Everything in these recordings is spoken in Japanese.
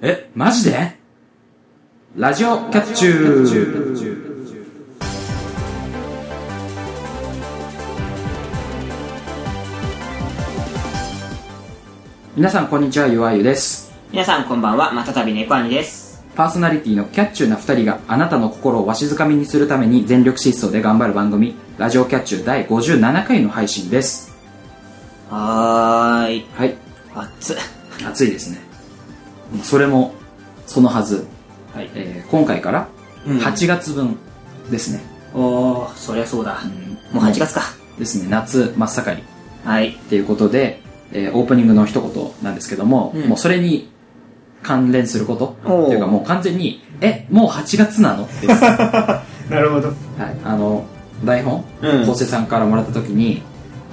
え、マジでラジオキャッチュー皆さんこんにちは、ゆわゆです。皆さんこんばんは、またたび猫兄です。パーソナリティのキャッチューな二人があなたの心をわしづかみにするために全力疾走で頑張る番組、ラジオキャッチュー第57回の配信です。はーい。はい、暑っ。暑いですね。それも、そのはず、はい。えー今回からうん8月分ですね。おー、そりゃそうだ。もう8月か。ですね、夏真っ盛り。はい。っていうことで、えーオープニングの一言なんですけども、うんもうそれに関連することおうっていうかもう完全に、え、もう8月なのです。はい、なるほど。あの、台本、うん昴生さんからもらった時に、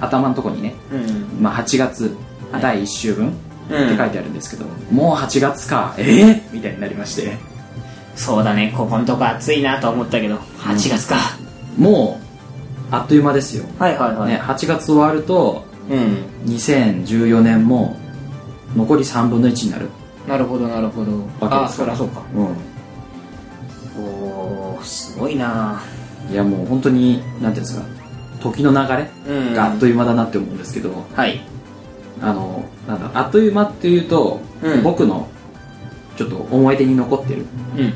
頭のとこにね、うん。まあ8月はい第1週分っうんて書いてあるんですけど、もう8月か、えー、みたいになりまして、そうだね、ここんとこ暑いなと思ったけど、8月か。もう、あっという間ですよ。はいはいはね、8月終わると、うん。 2014年も残り3分の1になる。なるほどなるほど。わけあでー、すそりゃそうか。うん。おー、すごいないやもう本当に、なんていうんですか、時の流れうんがあっという間だなって思うんですけど、はい。あの、なんだ、あっという間っていうと、うん僕のちょっと思い出に残ってるうん。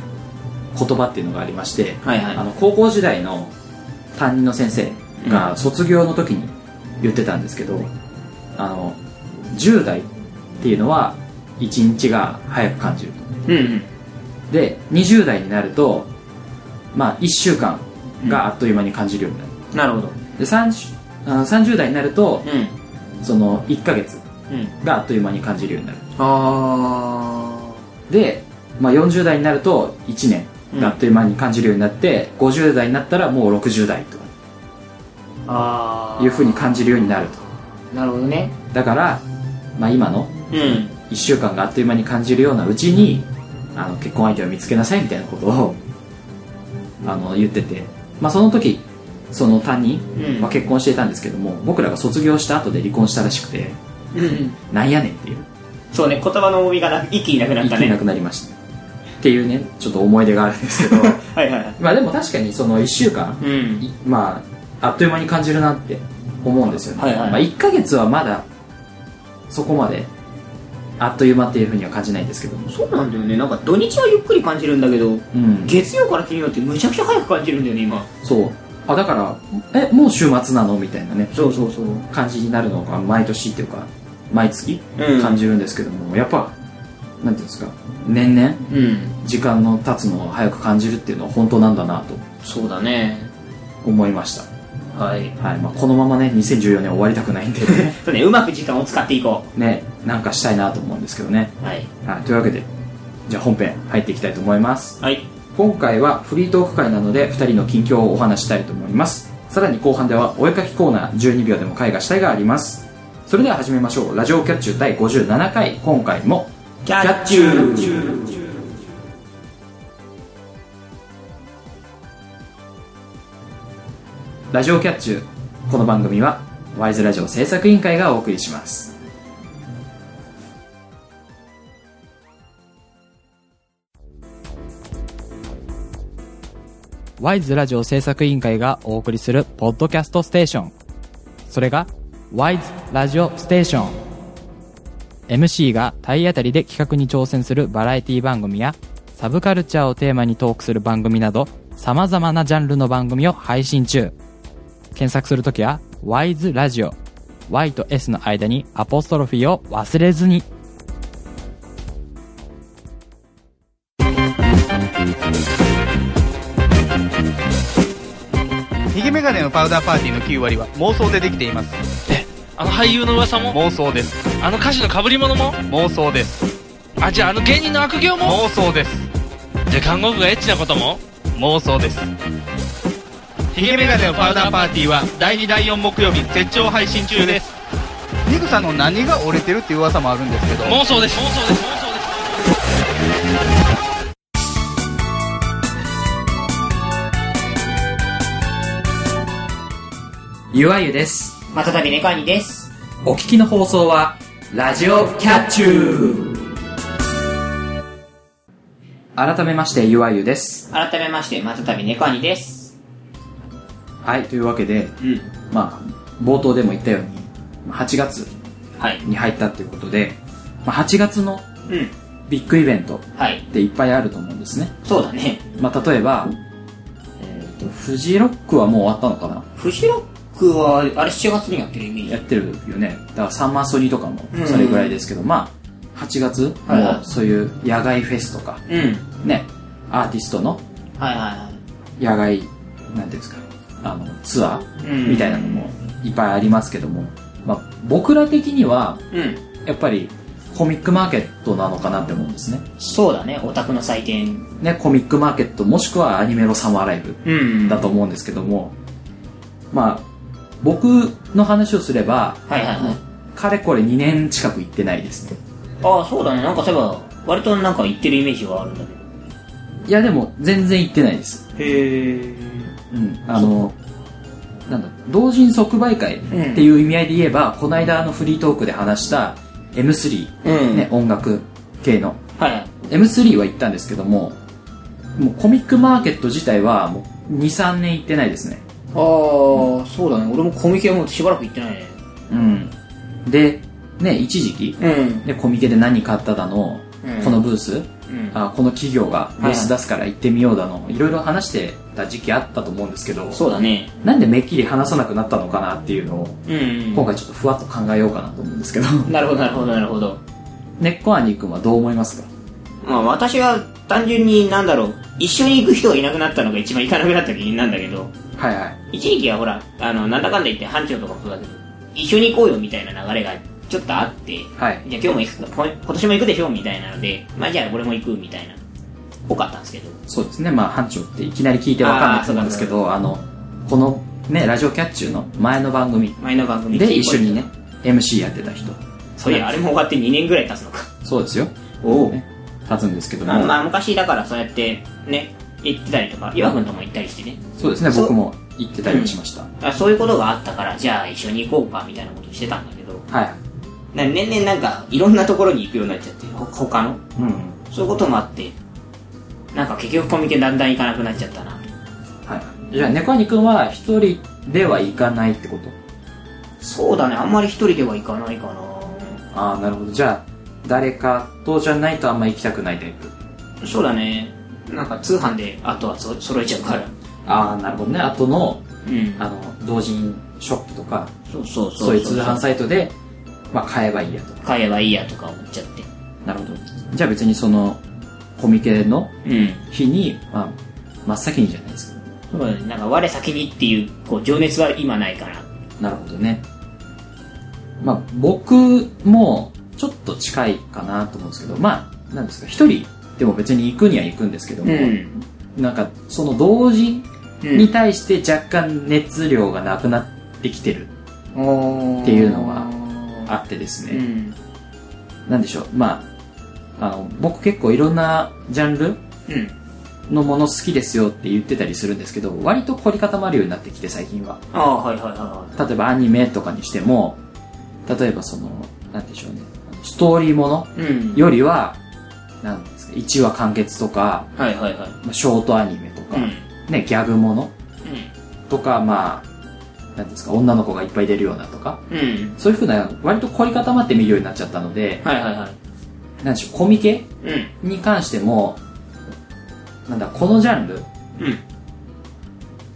言葉っていうのがありまして、はいはいあ。の高校時代の担任の先生が卒業の時に言ってたんですけど、あの、10代っていうのは1日が早く感じると。うんうん。で、20代になると、まあ1週間があっという間に感じるようになる。なるほど。で 30, あの30代になるとうん。その1ヶ月うん。があっという間に感じるようになるあで、まあ、40代になると1年があっという間に感じるようになって、50代になったらもう60代とかー。あー。いうふうに感じるようになるとなるほどね。だから、まあ、今のうん。 1週間があっという間に感じるようなうちにあの結婚相手を見つけなさいみたいなことをあの言ってて、まあ、その時その担任うんは結婚していたんですけども、僕らが卒業した後で離婚したらしくてうんうん。なんやねんっていうそうね、言葉の重みがな一気になくなっ一た気になね。くなりましたっていうねちょっと思い出があるんですけど はいはいはい。まあでも確かにその1週間、うん。いまああっという間に感じるなって思うんですよね、はいはいまあ、1ヶ月はまだそこまであっという間っていうふうには感じないんですけどもそうなんだよね、なんか土日はゆっくり感じるんだけど、うん月曜から金曜ってむちゃくちゃ早く感じるんだよね、今。そうあだからえもう週末なのみたいなねそうそうそう。感じになるのが毎年っていうか毎月うん感じるんですけども、やっぱなんていうんですか年々うん。時間の経つのを早く感じるっていうのは本当なんだなとそうだね。思いましたはい。はいまあ、このままね2014年終わりたくないんで そうね、うまく時間を使っていこねなんかしたいなと思うんですけどね、う。はい。はい、というわけでじゃあ本編入っていきたいと思いますはい。今回はフリートーク会なので2人の近況をお話ししたいと思いますさらに後半ではお絵かきコーナー12秒でも絵画したいがありますそれでは始めましょうラジオキャッチュー第57回今回もキャッチューラジオキャッチューこの番組はワイズラジオ制作委員会がお送りしますワイズラジオ制作委員会がお送りするポッドキャストステーションそれがワイズラジオステーション MC が体当たりで企画に挑戦するバラエティ番組やサブカルチャーをテーマにトークする番組など様々なジャンルの番組を配信中検索するときは WISE ラジオ Y と S の間にアポストロフィーを忘れずにヒゲメガネのパウダーパーティーの9割は妄想でできています。あの俳優の噂も、妄想です。あの歌手の被り物も、妄想です。あ、じゃああの芸人の悪行も、妄想です。じゃあ看護婦がエッチなことも、妄想です。ヒゲメガネのパウダーパーティーは第2第4木曜日絶頂配信中です。ニグさんの何が折れてるっていう噂もあるんですけど。妄想です。妄想です。妄想です。ゆあゆですまたたびネコアニです。お聞きの放送はラジオキャッチュー改めまして、ゆあゆです。改めまして、またたび猫兄です。はい、というわけで、うん。まあ、冒頭でも言ったように、まあ8月はい。に入ったっていうことで、まあ、8月のうん。ビッグイベントっはい。ていっぱいあると思うんですね。そうだね。まあ、例えば、えっと、フジロックはもう終わったのかなフジロックは、あれ7月にやってるイメージやってるよね。だからサンマソニとかもうんそれぐらいですけど、まあ、8月はいはいもうそういう野外フェスとか、うん。ね、アーティストのはいは野外、なんていうんですか、あの、ツアーいはい。うん。みたいなのもいっぱいありますけども、まあ、僕ら的には、うん。やっぱりコミックマーケットなのかなって思うんですね。そうだね、オタクの祭典。ね、コミックマーケットもしくはアニメのサマーライブうんだと。思うんですけども、まあ、僕の話をすれば、はいはいはい。かれこれ2年近く行ってないですね。ああ、そうだね、なんかそういえば、割となんか言ってるイメージはあるんだけど。いやでも全然行ってないです。へえ。うん。あの、なんだ、同人即売会っていう意味合いで言えば、この間あのフリートークで話した M3、うん。ね、音楽系の。はいはい。 M3 は行ったんですけども、もうコミックマーケット自体はもう2、3年行ってないですね。ああ、そうだね。俺もコミケはもうしばらく行ってないね。うん。で、ね、一時期、うん。ね、コミケで何買っただの、うんこのブース、うん。あこの企業がブーはいはスい出すから行ってみようだの、いろいろ話してた時期あったと思うんですけど、そうだね。なんでめっきり話さなくなったのかなっていうのを、うん今回ちょっとふわっと考えようかなと思うんです けど、なるほど、なるほど、なるほど。根っこ兄くんはどう思いますかまあ私は単純になんだろう、一緒に行く人がいなくなったのが一番行かなくなった原因なんだけど、はいはい。一時期はほら、あの、なんだかんだ言って班長とかもそうだけど、一緒に行こうよみたいな流れがちょっとあって、はい。じゃあ今日も行くか、こ今年も行くでしょみたいなので、まあじゃあ俺も行くみたいな、多かったんですけど。そうですね、まあ班長っていきなり聞いてわかんないと思うんですけど、あの、このね、ラジオキャッチューの前の番組前の番組で一緒にね。、MC やってた人。そういや、あれも終わって2年ぐらい経つのか。そうですよ。おおね立つんですけども、まあ、まあ昔だからそうやってね行ってたりとか岩君とも行ったりしてねそうですね、そう僕も行ってたりもしました。あそういうことがあったからじゃあ一緒に行こうかみたいなことしてたんだけどはい。な年々なんかいろんなところに行くようになっちゃってほ他のうん。そういうこともあってなんか結局コミケだんだん行かなくなっちゃったなはい。じゃあ、猫兄くんは一人では行かないってことそうだねあんまり一人では行かないかなああ、なるほど。じゃあ、誰かとじゃないとあんま行きたくないタイプ。そうだねなんか通販であとはそ揃えちゃうからああ、なるほどね。あとの、うんあの、同人ショップとか、そうそうそうそういう通販サイトで、まあ、買えばいいやと。買えばいいやとか思っちゃってなるほど。じゃあ別にその、コミケのうん日に、まあ、真っ先にじゃないですけそうだねなんか我先にっていうこう情熱は今ないからど。なるほどね。まあ、僕も、ちょっと近いかなと思うんですけど、まあ、なんですか、一人でも別に行くには行くんですけども、うんなんか、その同人うんに対して若干熱量がなくなってきてるおーっていうのがあってですうね、んなんでしょう、まあ、あの、僕結構いろんなジャンルうんのもの好きですよって言ってたりするんですけど、割と凝り固まるようになってきて最近は。ああはいはいはいはい例えばアニメとかにしても、例えばその、なんでしょうね、あのストーリーものうんよりは、なんですか、1話完結とか、はいはいはいまあショートアニメとか、うんね、ギャグものとか、まあ、なんですか、女の子がいっぱい出るようなとか、うんうんそういうふうな、割と凝り固まって見るようになっちゃったので、はいはいはいなんでしょう、コミケうんに関しても、なんだ、このジャンル、うん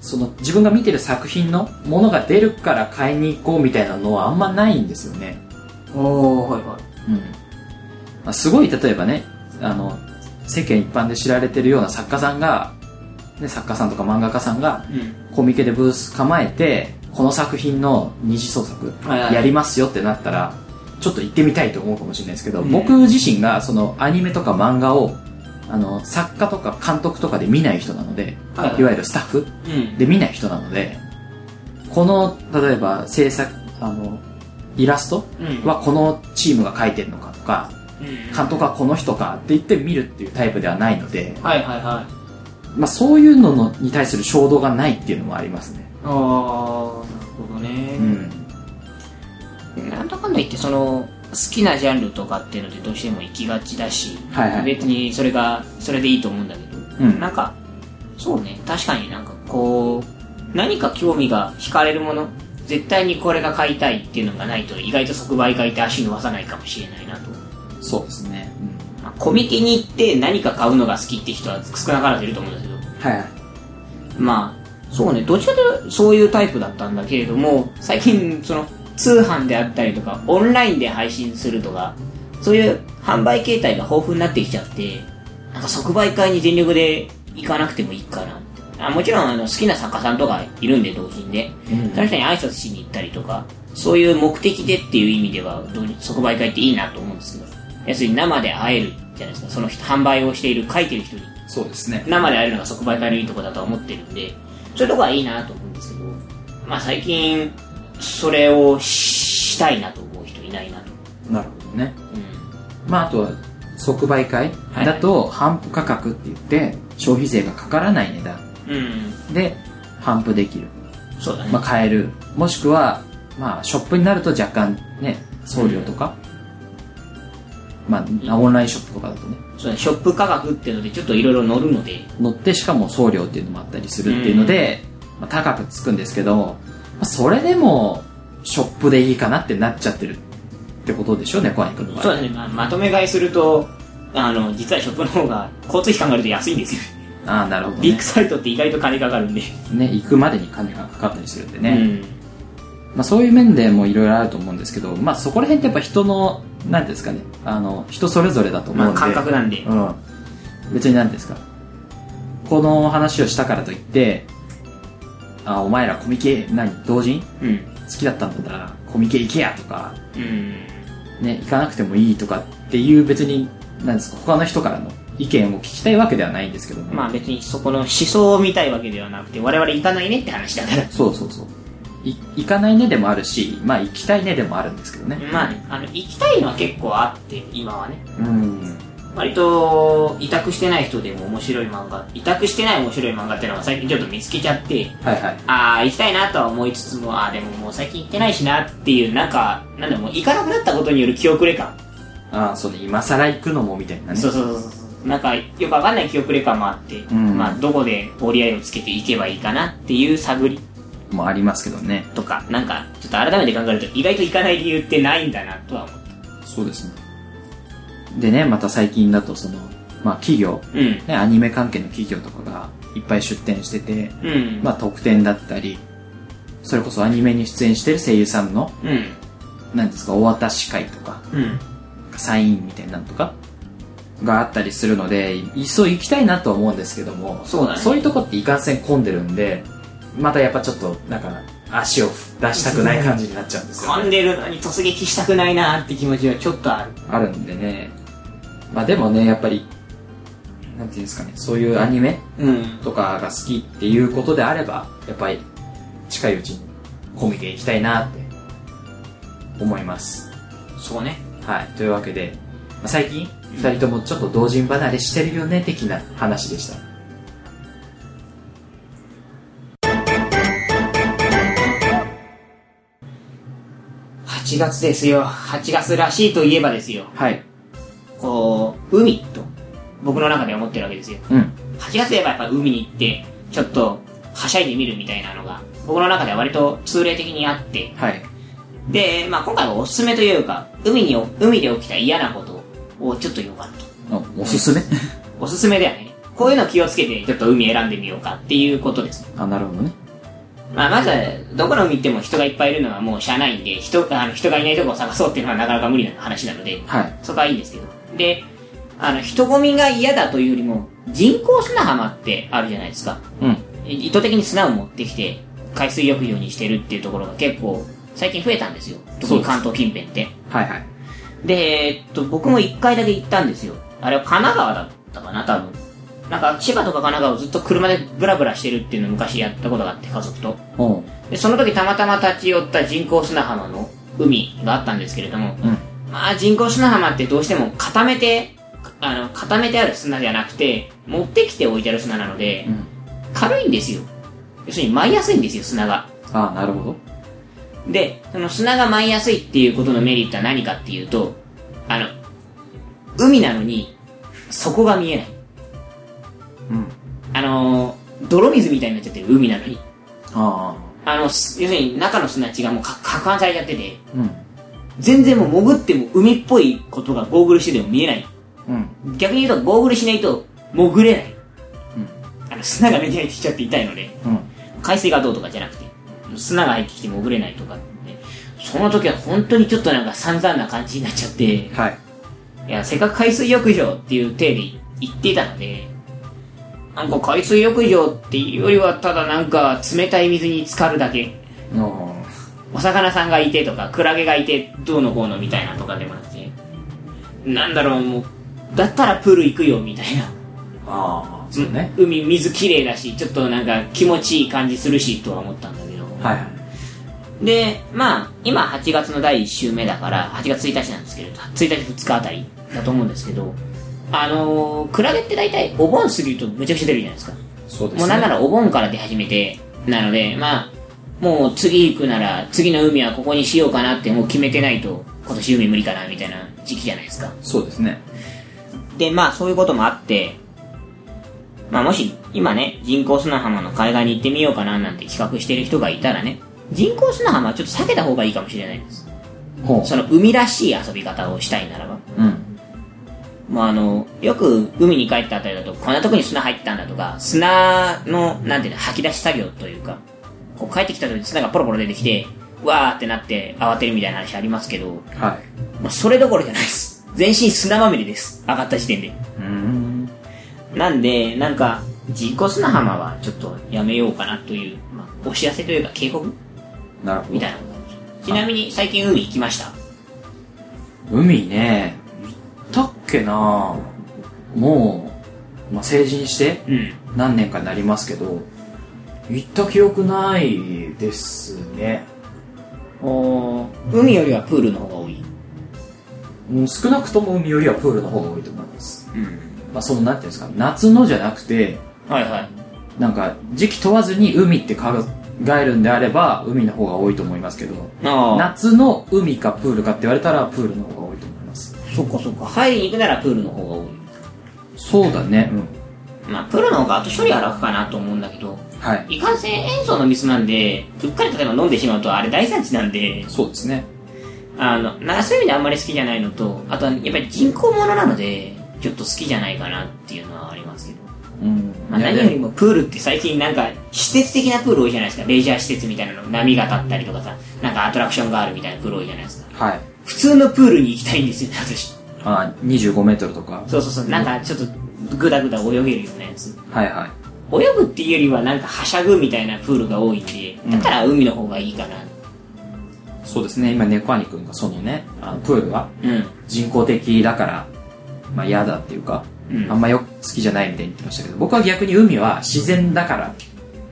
その自分が見てる作品のものが出るから買いに行こうみたいなのはあんまないんですよね。おーはいはいうん。まあ、すごい、例えばね、あの、世間一般で知られてるような作家さんが、ね、作家さんとか漫画家さんが、うんコミケでブース構えて、この作品の二次創作はいはいやりますよってなったら、ちょっと行ってみたいと思うかもしれないですけど、うん僕自身がそのアニメとか漫画を、あの、作家とか監督とかで見ない人なので、はいはいいわゆるスタッフうんで見ない人なので、この、例えば制作、あの、イラストうんはこのチームが描いてるのかとか、うん監督はこの人かって言って見るっていうタイプではないので、はいはいはいまあそういうののに対する衝動がないっていうのもありますね。ああなるほどねうん。なんだかんだ言ってその好きなジャンルとかっていうのでどうしても行きがちだし、はいはい別にそれがそれでいいと思うんだけど、うんなんかそうね確かになんかこう何か興味が惹かれるもの絶対にこれが買いたいっていうのがないと意外と即売会って足伸ばさないかもしれないなと、そうですね。うんまあコミケに行って何か買うのが好きって人は少なからずいると思うんだけどはいはい。まあ、そうね、どちらかというとそういうタイプだったんだけれども、最近、その、通販であったりとか、オンラインで配信するとか、そういう販売形態が豊富になってきちゃって、なんか即売会に全力で行かなくてもいいかなってあもちろん、あの、好きな作家さんとかいるんで、同人で。うんその人に挨拶しに行ったりとか、そういう目的でっていう意味では、どうに即売会っていいなと思うんですけど、要するに生で会えるじゃないですか、その人、販売をしている、書いてる人に。そうですね。生で会えるのが即売会のいいとこだとは思ってるんで、そういうとこはいいなと思うんですけど、まあ最近、それをししたいなと思う人いないなと。なるほどね。うまあ、あとは、即売会はいだと、販布価格って言って、消費税がかからない値段ん。うん。で、販布できる。そうだね。まあ、買える。もしくは、まあ、ショップになると若干ね、送料とか、まあ、オンラインショップとかだとね、そうだね。ショップ価格っていうのでちょっといろいろ乗るので、乗ってしかも送料っていうのもあったりするっていうので、まあ、高くつくんですけど、まあ、それでも、ショップでいいかなってなっちゃってるってことでしょうね、コアニ君の場合。そうだね。まあ、まとめ買いすると、あの、実はショップの方が交通費考えると安いんですよ。ああ、なるほど、ビッねグ。サイトって意外と金かかるんで。ね、行くまでに金がかかったりするんでうね。ん。まあ、そういう面でもいろいろあると思うんですけど、まあ、そこら辺ってやっぱ人の、なんていうんですかね、あの、人それぞれだと思うまんあで。感覚なんで。うん。別に何ですか。この話をしたからといって、あ、お前らコミケ、何、同人うん。好きだったんだったら、コミケ行けやとか、うん。ね、行かなくてもいいとかっていう別に、何ですか、他の人からの意見を聞きたいわけではないんですけども。まあ別にそこの思想を見たいわけではなくて、我々行かないねって話だから。 そうそうそう。い行かないねでもあるし、まあ行きたいねでもあるんですけどね。まあね、あの、行きたいのは結構あって、今はね。うん。割と、委託してない人でも面白い漫画、委託してない面白い漫画ってのは最近ちょっと見つけちゃって、はいはい。ああ、行きたいなとは思いつつも、ああ、でももう最近行ってないしなっていう、なんか、なんだもう行かなくなったことによる記憶れ感。ああ、そうね、今更行くのもみたいなね。そうそうそうそう。なんか、よくわかんない記憶れ感もあって、んまあ、どこで折り合いをつけて行けばいいかなっていう探りもありますけどね。とか、なんか、ちょっと改めて考えると、意外と行かない理由ってないんだなとは思う。そうですね。でね、また最近だとその、まあ企業、うん。ね、アニメ関係の企業とかがいっぱい出展してて、うん。まあ特典だったり、それこそアニメに出演してる声優さんの、うん。なんですか、お渡し会とか、うん。サインみたいなのとか、があったりするので、いっそ行きたいなとは思うんですけども、そうだねそういうとこっていかんせん混んでるんで、またやっぱちょっと、なんか、足を出したくない感じになっちゃうんですよ、ね。混んでるのに突撃したくないなーって気持ちはちょっとある。あるんでね。まあでもね、やっぱり、なんていうんですかね、そういうアニメうん。とかが好きっていうことであれば、やっぱり近いうちにコミケ行きたいなって思います。そうね。はい。というわけで、まあ最近、二人ともちょっと同人離れしてるよね、的な話でした。 8月ですよ。8月らしいといえばですよ。はい。こう、海と、僕の中では思ってるわけですよ。うん。 8月といえばやっぱ海に行って、ちょっと、はしゃいでみるみたいなのが、僕の中では割と通例的にあって。はい。で、まあ今回はおすすめというか、海に、海で起きた嫌なことをちょっと言おうかなと。おおすすめおすすめだよね。こういうの気をつけて、ちょっと海選んでみようかっていうことです。あ、なるほどね。まあ、まず、どこの海行っても人がいっぱいいるのはもうしゃあないんで、人、あの、人がいないとこを探そうっていうのはなかなか無理な話なので、はい。そこはいいんですけど。で、あの、人混みが嫌だというよりも、人工砂浜ってあるじゃないですか。うん。い意図的に砂を持ってきて、海水浴場にしてるっていうところが結構、最近増えたんですよ。特そうでにす関東近辺って。はいはい。で、えっと、僕も一回だけ行ったんですよ。あれは神奈川だったかな、多分。なんか、千葉とか神奈川をずっと車でブラブラしてるっていうのを昔やったことがあって、家族と。おう。で、その時たまたま立ち寄った人工砂浜の海があったんですけれども、うん。まあ人工砂浜ってどうしても固めて、あの、固めてある砂じゃなくて、持ってきて置いてある砂なのでう、ん。軽いんですよ。要するに舞いやすいんですよ、砂が。あ、なるほど。で、その砂が舞いやすいっていうことのメリットは何かっていうと、あの、海なのに、底が見えない。うん。あのー、泥水みたいになっちゃってる、海なのに。ああの、す要するに中の砂地がもうか、かくはんされちゃってて、あ。うん。全然もう潜っても海っぽいことがゴーグルしてでも見えない。うん。逆に言うと、ゴーグルしないと潜れない。あの、砂が目に入ってきちゃって痛いので、うん。海水がどうとかじゃなくて、砂が入ってきて潜れないとかってね、その時は本当にちょっとなんか散々な感じになっちゃって、いはい。や、せっかく海水浴場っていう体で行ってたので、なんか海水浴場っていうよりはただなんか冷たい水に浸かるだけのお魚さんがいてとか、クラゲがいて、どうのこうのみたいなとかでもなくて、なんだろう、もう、だったらプール行くよ、みたいな。ああ、そうね。海、水きれいだし、ちょっとなんか気持ちいい感じするし、とは思ったんだけど。はいはい。で、まあ、今8月の第1週目だから、8月1日なんですけれど、1日2日あたりだと思うんですけど、あのークラゲって大体お盆過ぎるとむちゃくちゃ出るじゃないですか。そうですね。もうなんならお盆から出始めて、なので、まあ、もう次行くなら、次の海はここにしようかなってもう決めてないと、今年海無理かな、みたいな時期じゃないですか。そうですね。で、まあそういうこともあって、まあもし、今ね、人工砂浜の海岸に行ってみようかななんて企画してる人がいたらね、人工砂浜はちょっと避けた方がいいかもしれないです。ほその海らしい遊び方をしたいならば。う。うん。まああの、よく海に帰ったあたりだと、こんなとこに砂入ってたんだとか、砂の、なんていうの、吐き出し作業というか、こう帰ってきた時に砂がポロポロ出てきて、わーってなって慌てるみたいな話ありますけど、はまあ、それどころじゃないです。全身砂まみれです。上がった時点で。い。うん。なんで、なんか、人工砂浜はちょっとやめようかなという、まあ、お知らせというか警告なるほみたいなことなんですよちなみに最近海行きました。ど。海ね、行ったっけなもう、まあ、成人してうん。何年かになりますけど、行った記憶ないですね。お海よりはプールの方が多い。もう少なくとも海よりはプールの方が多いと思います。うん。まあ、その、なんていうんですか、夏のじゃなくて、はいはい。なんか、時期問わずに海って考えるんであれば、海の方が多いと思いますけど、ああ。夏の海かプールかって言われたらプールの方が多いと思いますそっかそっか。入りに行くならプールの方が多い。そうだねまあ、プールの方が後処理は楽かなと思うんだけど、はいいかんせん塩素の水なんで、うっかり例えば飲んでしまうとあれ大惨事なんで、そうですねあの、なそういう意味であんまり好きじゃないのと、あとはやっぱり人工ものなので、ちょっと好きじゃないかなっていうのはありますけど。うんまあ、いや何よりでもプールって最近なんか、施設的なプール多いじゃないですか。レジャー施設みたいなの、波が立ったりとかさ、なんかアトラクションがあるみたいなプール多いじゃないですか。はい普通のプールに行きたいんですよね、私。あ25メートルとかそうそうそう、なんかちょっとグダグダ泳げるようなやつ。はいはい泳ぐっていうよりはなんかはしゃぐみたいなプールが多いんで、だったら海の方がいいかな。そうですね今ネコアニくんがそのねあのプールはうん。人工的だからまあ嫌だっていうか、うんあんまよ好きじゃないみたいに言ってましたけど僕は逆に海は自然だから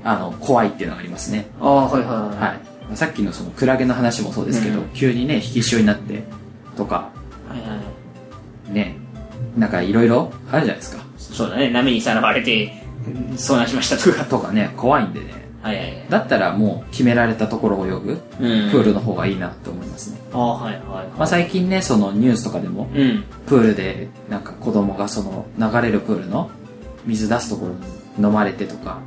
あの怖いっていうのがありますねああ、はいはいはいさっきのそのクラゲの話もそうですけど、うん急にね引き潮になってとかい。はいはい。ねなんかいろいろあるじゃないですかそうだね、波にさらわれて、遭難しましたとか。 とかね怖いんでねはいはいはい。だったらもう決められたところを泳ぐうん。プールの方がいいなと思いますね、ああ、はいはいはい。まあ、最近ねそのニュースとかでもうん。プールでなんか子供がその流れるプールの水出すところに飲まれてとか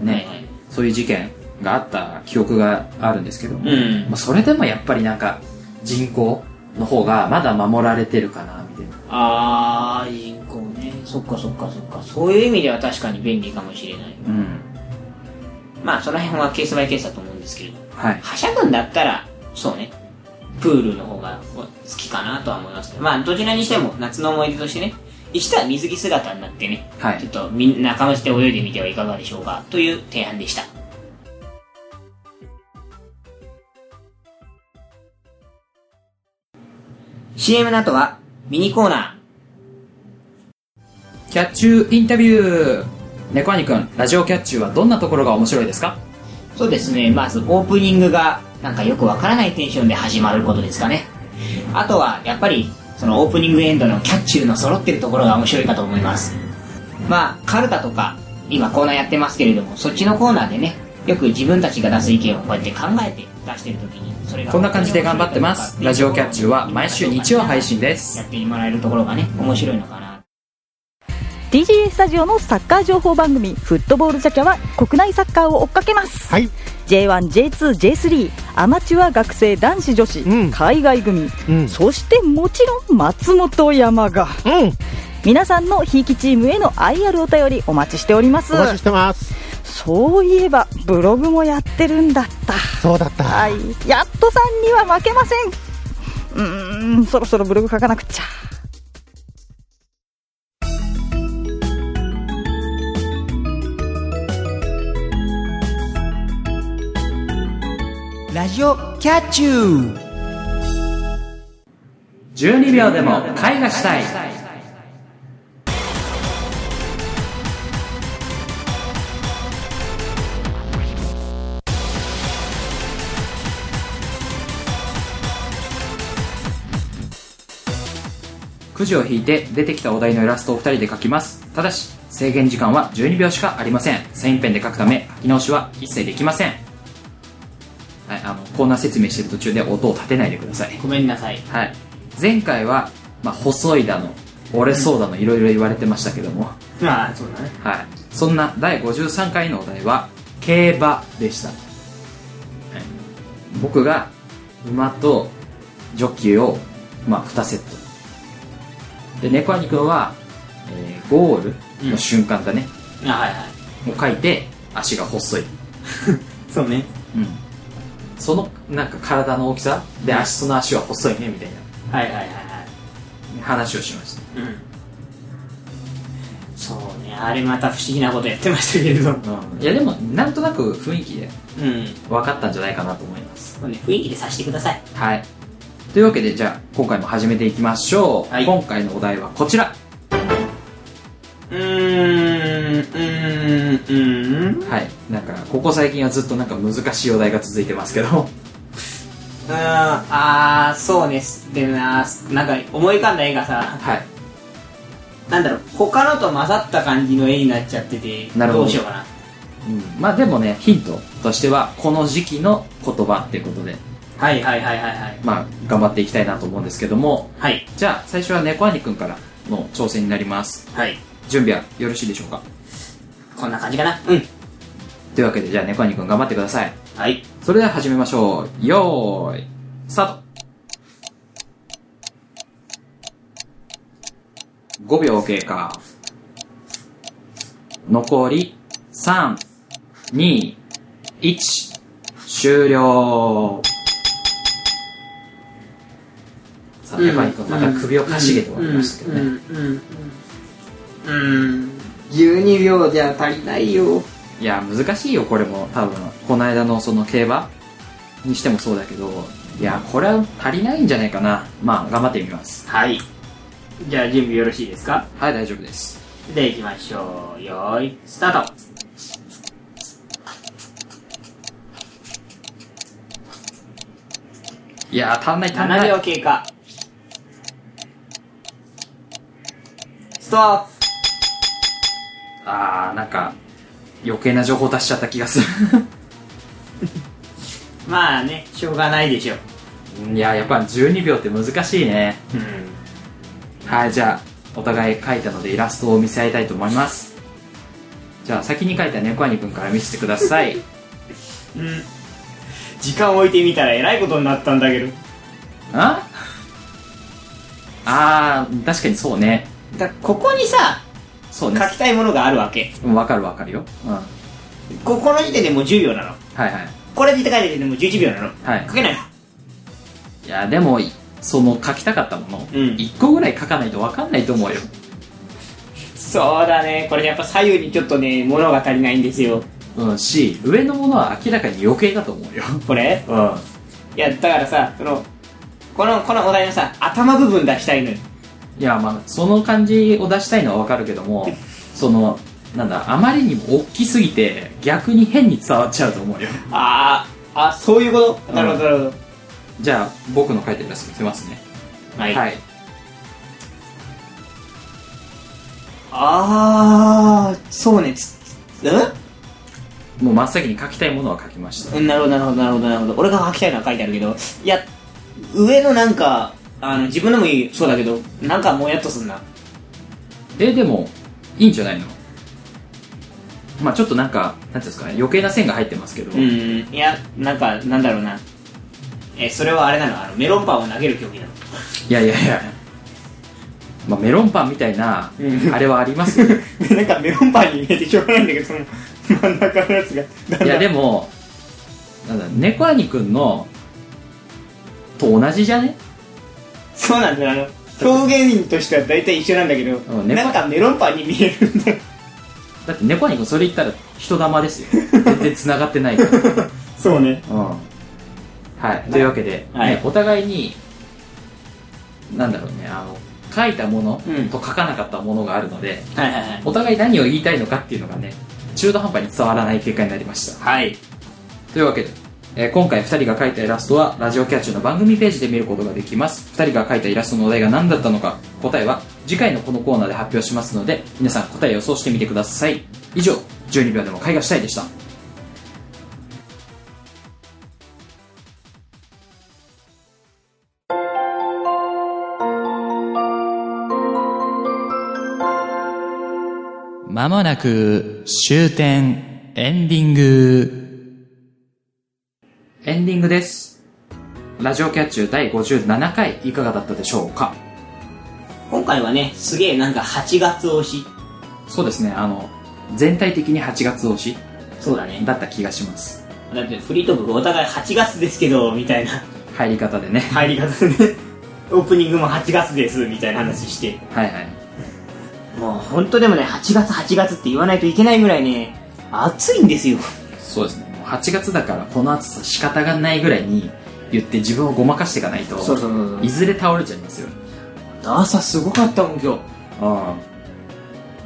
ね、はいはいそういう事件があった記憶があるんですけども、うんまあ、それでもやっぱりなんか人口の方がまだ守られてるかなみたいなああ、人工ね。そっかそっかそっか。そういう意味では確かに便利かもしれない。うんまあ、その辺はケースバイケースだと思うんですけれど。はいはしゃぐんだったら、そうね。プールの方が好きかなとは思いますけど。まあ、どちらにしても夏の思い出としてね、生きたら水着姿になってね、はいちょっとみんな仲間して泳いでみてはいかがでしょうか、という提案でした。CM の後は、ミニコーナキャッチューインタビュー猫兄くんラジオキャッチューはどんなところが面白いですかー。そうですね、まずオープニングが、なんかよくわからないテンションで始まることですかね。あとは、やっぱり、そのオープニングエンドのキャッチューの揃ってるところが面白いかと思います。まあ、カルタとか、今コーナーやってますけれども、そっちのコーナーでね、よく自分たちが出す意見をこうやって考えて出してる時にそれがこんな感じで頑張ってますラジオキャッチューは毎週日曜配信ですやってもらえるところがね面白いのかな TGA スタジオのサッカー情報番組「フットボールジャキャ」は国内サッカーを追っかけます、はい J1J2J3 アマチュア学生男子女子、うん海外組、うんそしてもちろん松本山がうん皆さんのひいきチームへの IR お便りお待ちしておりますお待ちしてますそういえばブログもやってるんだったそうだった、はい、やっとさんには負けませんうーんそろそろブログ書かなくちゃラジオキャッチュー12秒でも絵画したいくじを引いて出てきたお題のイラストを2人で描きますただし制限時間は12秒しかありませんサインペンで描くため書き直しは一切できませんはいあのコーナー説明してる途中で音を立てないでくださいごめんなさいはい、前回は、まあ、細いだの折れそうだのいろいろ言われてましたけども、まあそうだねはい、そんな第53回のお題は競馬でした、はい、僕が馬とジョッキーを、まあ、2セットで猫兄君は、えーゴールの瞬間だね、あはいはいを書いて足が細い、そうねうん、そのなんか体の大きさで足その足は細いねみたいはいはいはいはいな話をしましたうんそうねあれまた不思議なことやってましたけれどいやでもなんとなく雰囲気でうん分かったんじゃないかなと思いますそうね雰囲気でさしてくださいはいというわけでじゃあ今回も始めていきましょう、はい今回のお題はこちらうーんうーんうーんはいなんかここ最近はずっとなんか難しいお題が続いてますけ どああそうねでもななんか思い浮かんだ絵がさはいなんだろう他のと混ざった感じの絵になっちゃっててなるほどうしようかなうん、まあでもねヒントとしてはこの時期の言葉っていうことではいはいはいはいはいまあ頑張っていきたいなと思うんですけどもはいじゃあ最初は猫兄くんからの挑戦になりますはい準備はよろしいでしょうかこんな感じかなうんというわけでじゃあ猫兄くん頑張ってくださいはいそれでは始めましょうよーいスタート5秒経過残り321終了さあ中井君また首をかしげて終わりましたけどね、うんうんうんうん12秒じゃ足りないよいや難しいよこれも多分この間のその競馬にしてもそうだけどいやこれは足りないんじゃないかなまあ頑張ってみますはいじゃあ準備よろしいですかはい大丈夫ですで行きましょうよーいスタートいや足んない足んな7い秒経過ストップあーなんか余計な情報足しちゃった気がすまあねしょうがないでしょうる いややっぱ12秒って難しいねうんはいじゃあお互い書いたのでイラストを見せ合いたいと思いますじゃあ先に書いた猫兄くんから見せてください うん時間置いてみたらえらいことになったんだけどああー確かにそうねだここにさそう書ねきたいものがあるわけうんわかるわかるようんはいここの時点でもう10秒なのはいこれで書いた時点でもう11秒なのはい書けないのいやでもその書きたかったもの、うん一個ぐらい書かないと分かんないと思うよそうだねこれやっぱ左右にちょっとね物が足りないんですようんし上のものは明らかに余計だと思うよこれうんはいやだからさそのこのこのお題のさ頭部分出したいのよいやまあその感じを出したいのは分かるけど もそのなんだあまりにも大きすぎて逆に変に伝わっちゃうと思うよあーあそういうことんなるほどなるほど、じゃあ僕の書いたイラスト見せますねははい、ああそうねつつうんもう真っ先に書きたいものは書きましたうんなるほどなるほどなるほどなるほど俺が書きたいのは書いてあるけどいや上のなんかあの自分のもいいそうだけどなんかもやっとすんなででもいいんじゃないのまあちょっとなんかなんていうんですかね余計な線が入ってますけど、うんいやなんかなんだろうなえそれはあれなのあのメロンパンを投げる競技なのいやいやいや、まあ、メロンパンみたいなうんあれはあります よなんかメロンパンに見えてしょうがないんだけどその真ん中のやつがだんだんいやでもなんだ猫兄くんのと同じじゃねそうなんだよあの表現としては大体一緒なんだけど、うんねなんかメロンパンに見えるんだよだって猫兄くんそれ言ったら人玉ですよ全然繋がってないから そうねうんはい、というわけで、はいねお互いになんだろうねあの書いたものうんと書かなかったものがあるので、はいはいはいお互い何を言いたいのかっていうのがね中途半端に伝わらない結果になりましたはいというわけで、えー今回2人が描いたイラストはラジオキャッチュの番組ページで見ることができます2人が描いたイラストのお題が何だったのか答えは次回のこのコーナーで発表しますので皆さん答えを予想してみてください以上12秒でも絵画したいでしたまもなく終点エンディングエンディングですラジオキャッチュ第57回いかがだったでしょうか今回はねすげえなんか8月推しそうですねあの全体的に8月推しそうだねだった気がしますだってフリートークお互い8月ですけどみたいな入り方でね入り方でねオープニングも8月ですみたいな話してはいはいもう本当でもね8月8月って言わないといけないぐらいね暑いんですよそうですねもう8月だからこの暑さ仕方がないぐらいに言って自分をごまかしていかないとそうそうそうそういずれ倒れちゃいますよ朝すごかったもん今日あ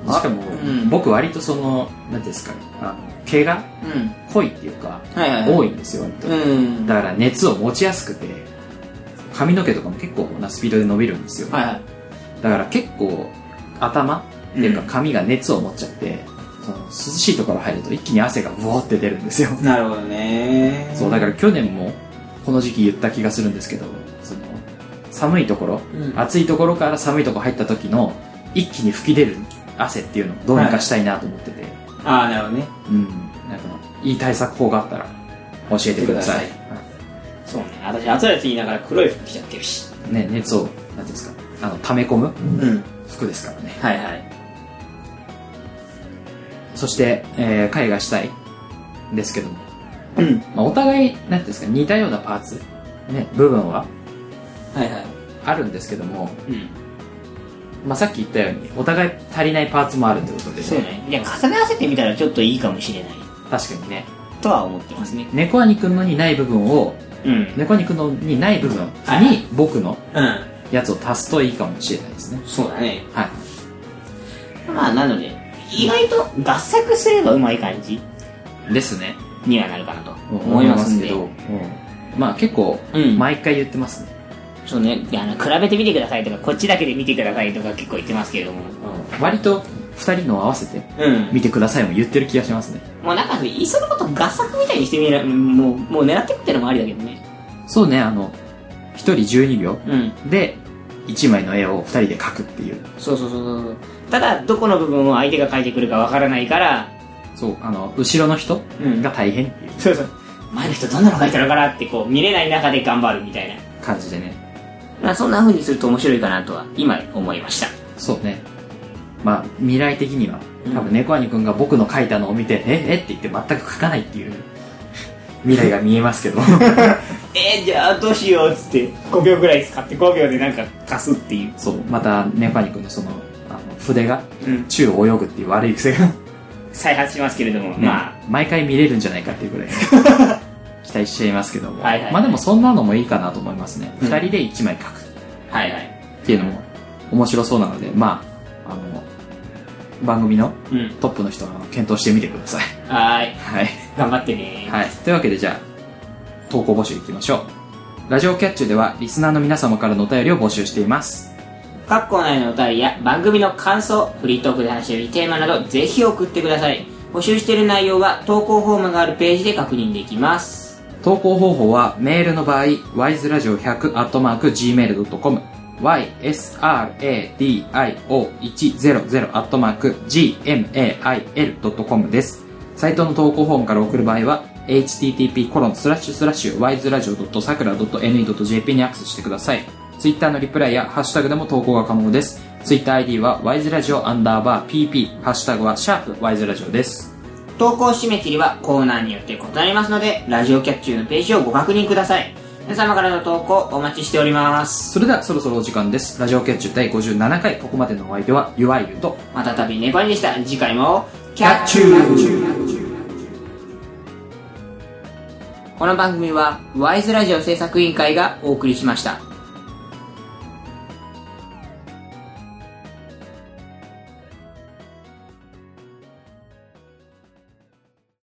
あしかも、うん僕割とその何ていうんですかあの毛がうん濃いっていうか、はいはいはい多いんですよ割と、うんだから熱を持ちやすくて髪の毛とかも結構なスピードで伸びるんですよ、はいはいだから結構頭っていうかうん髪が熱を持っちゃって、その涼しいところ入ると一気に汗がブワーって出るんですよなるほどねそうだから去年もこの時期言った気がするんですけどその寒いところ、うん暑いところから寒いところ入った時の一気に吹き出る汗っていうのをどうにかしたいなと思ってて、ああなるほどねうんなんかいい対策法があったら教えてください教えそうね私暑いやつ言いながら黒い服着ちゃってるしね熱をなんていうんですかあの溜め込むうん服ですからねはいはいそして、えー、絵画したいんですけども、うんまあ、お互いなんていうんですか似たようなパーツ、ね、部分ははいはいあるんですけども、うんまあ、さっき言ったようにお互い足りないパーツもあるということで、そうねいや重ね合わせてみたらちょっといいかもしれない確かにねとは思ってますね猫兄くんのにない部分をうん猫兄くんのにない部分はいはいに僕のうんやつを足すといいかもしれないですねそうだねはいまあなので意外と合作すればうまい感じですねにはなるかなと思いますんでけど、うんまあ結構うん毎回言ってますね、そうねいやあの比べてみてくださいとかこっちだけで見てくださいとか結構言ってますけれども割と2人のを合わせてうん見てくださいも言ってる気がしますねもうなんかねいっそのこと合作みたいにしてみるもうもう狙ってくってのもありだけどねそうねあの1人12秒うんで1枚の絵を2人で描くっていうそうそうそうそうそうただどこの部分を相手が書いてくるかわからないからそうあの後ろの人うんが大変っていうそうそう前の人どんなの書いたのかなってこう見れない中で頑張るみたいな感じでねまあそんな風にすると面白いかなとは今思いましたそうねまあ未来的にはうん多分猫兄くんが僕の描いたのを見て「ええっ?」て言って全く描かないっていう未来が見えます けどえー、じゃあどうしようっつって5秒ぐらい使って5秒でなんか貸すっていうそうまた猫兄くんのそのあの筆がうん宙を泳ぐっていう悪い癖が、ね再発しますけれども、まあ毎回見れるんじゃないかっていう ぐらい期待しちゃいますけども、はいはいまあでもそんなのもいいかなと思いますね、うん2人で1枚描くはいはいっていうのも面白そうなのでまああの番組のうんトップの人が検討してみてください はーいはい、頑張ってねはい、というわけでじゃあ投稿募集いきましょうラジオキャッチュではリスナーの皆様からのお便りを募集しています各コーナーへのお便りや番組の感想フリートークで話しているテーマなどぜひ送ってください募集している内容は投稿フォームがあるページで確認できます。投稿方法はメールの場合 wiseradio100-gmail.com ysradio100-gmail.com ですサイトの投稿フォームから送る場合は http://wiseradio.sakura.ne.jp にアクセスしてくださいツイッターのリプライやハッシュタグでも投稿が可能ですツイッター ID は wiseradio アンダーバー pp ハッシュタグはシャープ wiseradio です投稿締め切りはコーナーによって異なりますので、ラジオキャッチューのページをご確認ください。皆様からの投稿お待ちしております。それではそろそろお時間ですラジオキャッチュ第57回ここまでのお相手はゆわゆとまたたびネパリでした。次回も、キャッチュこの番組は、ワイズラジオ制作委員会がお送りしました。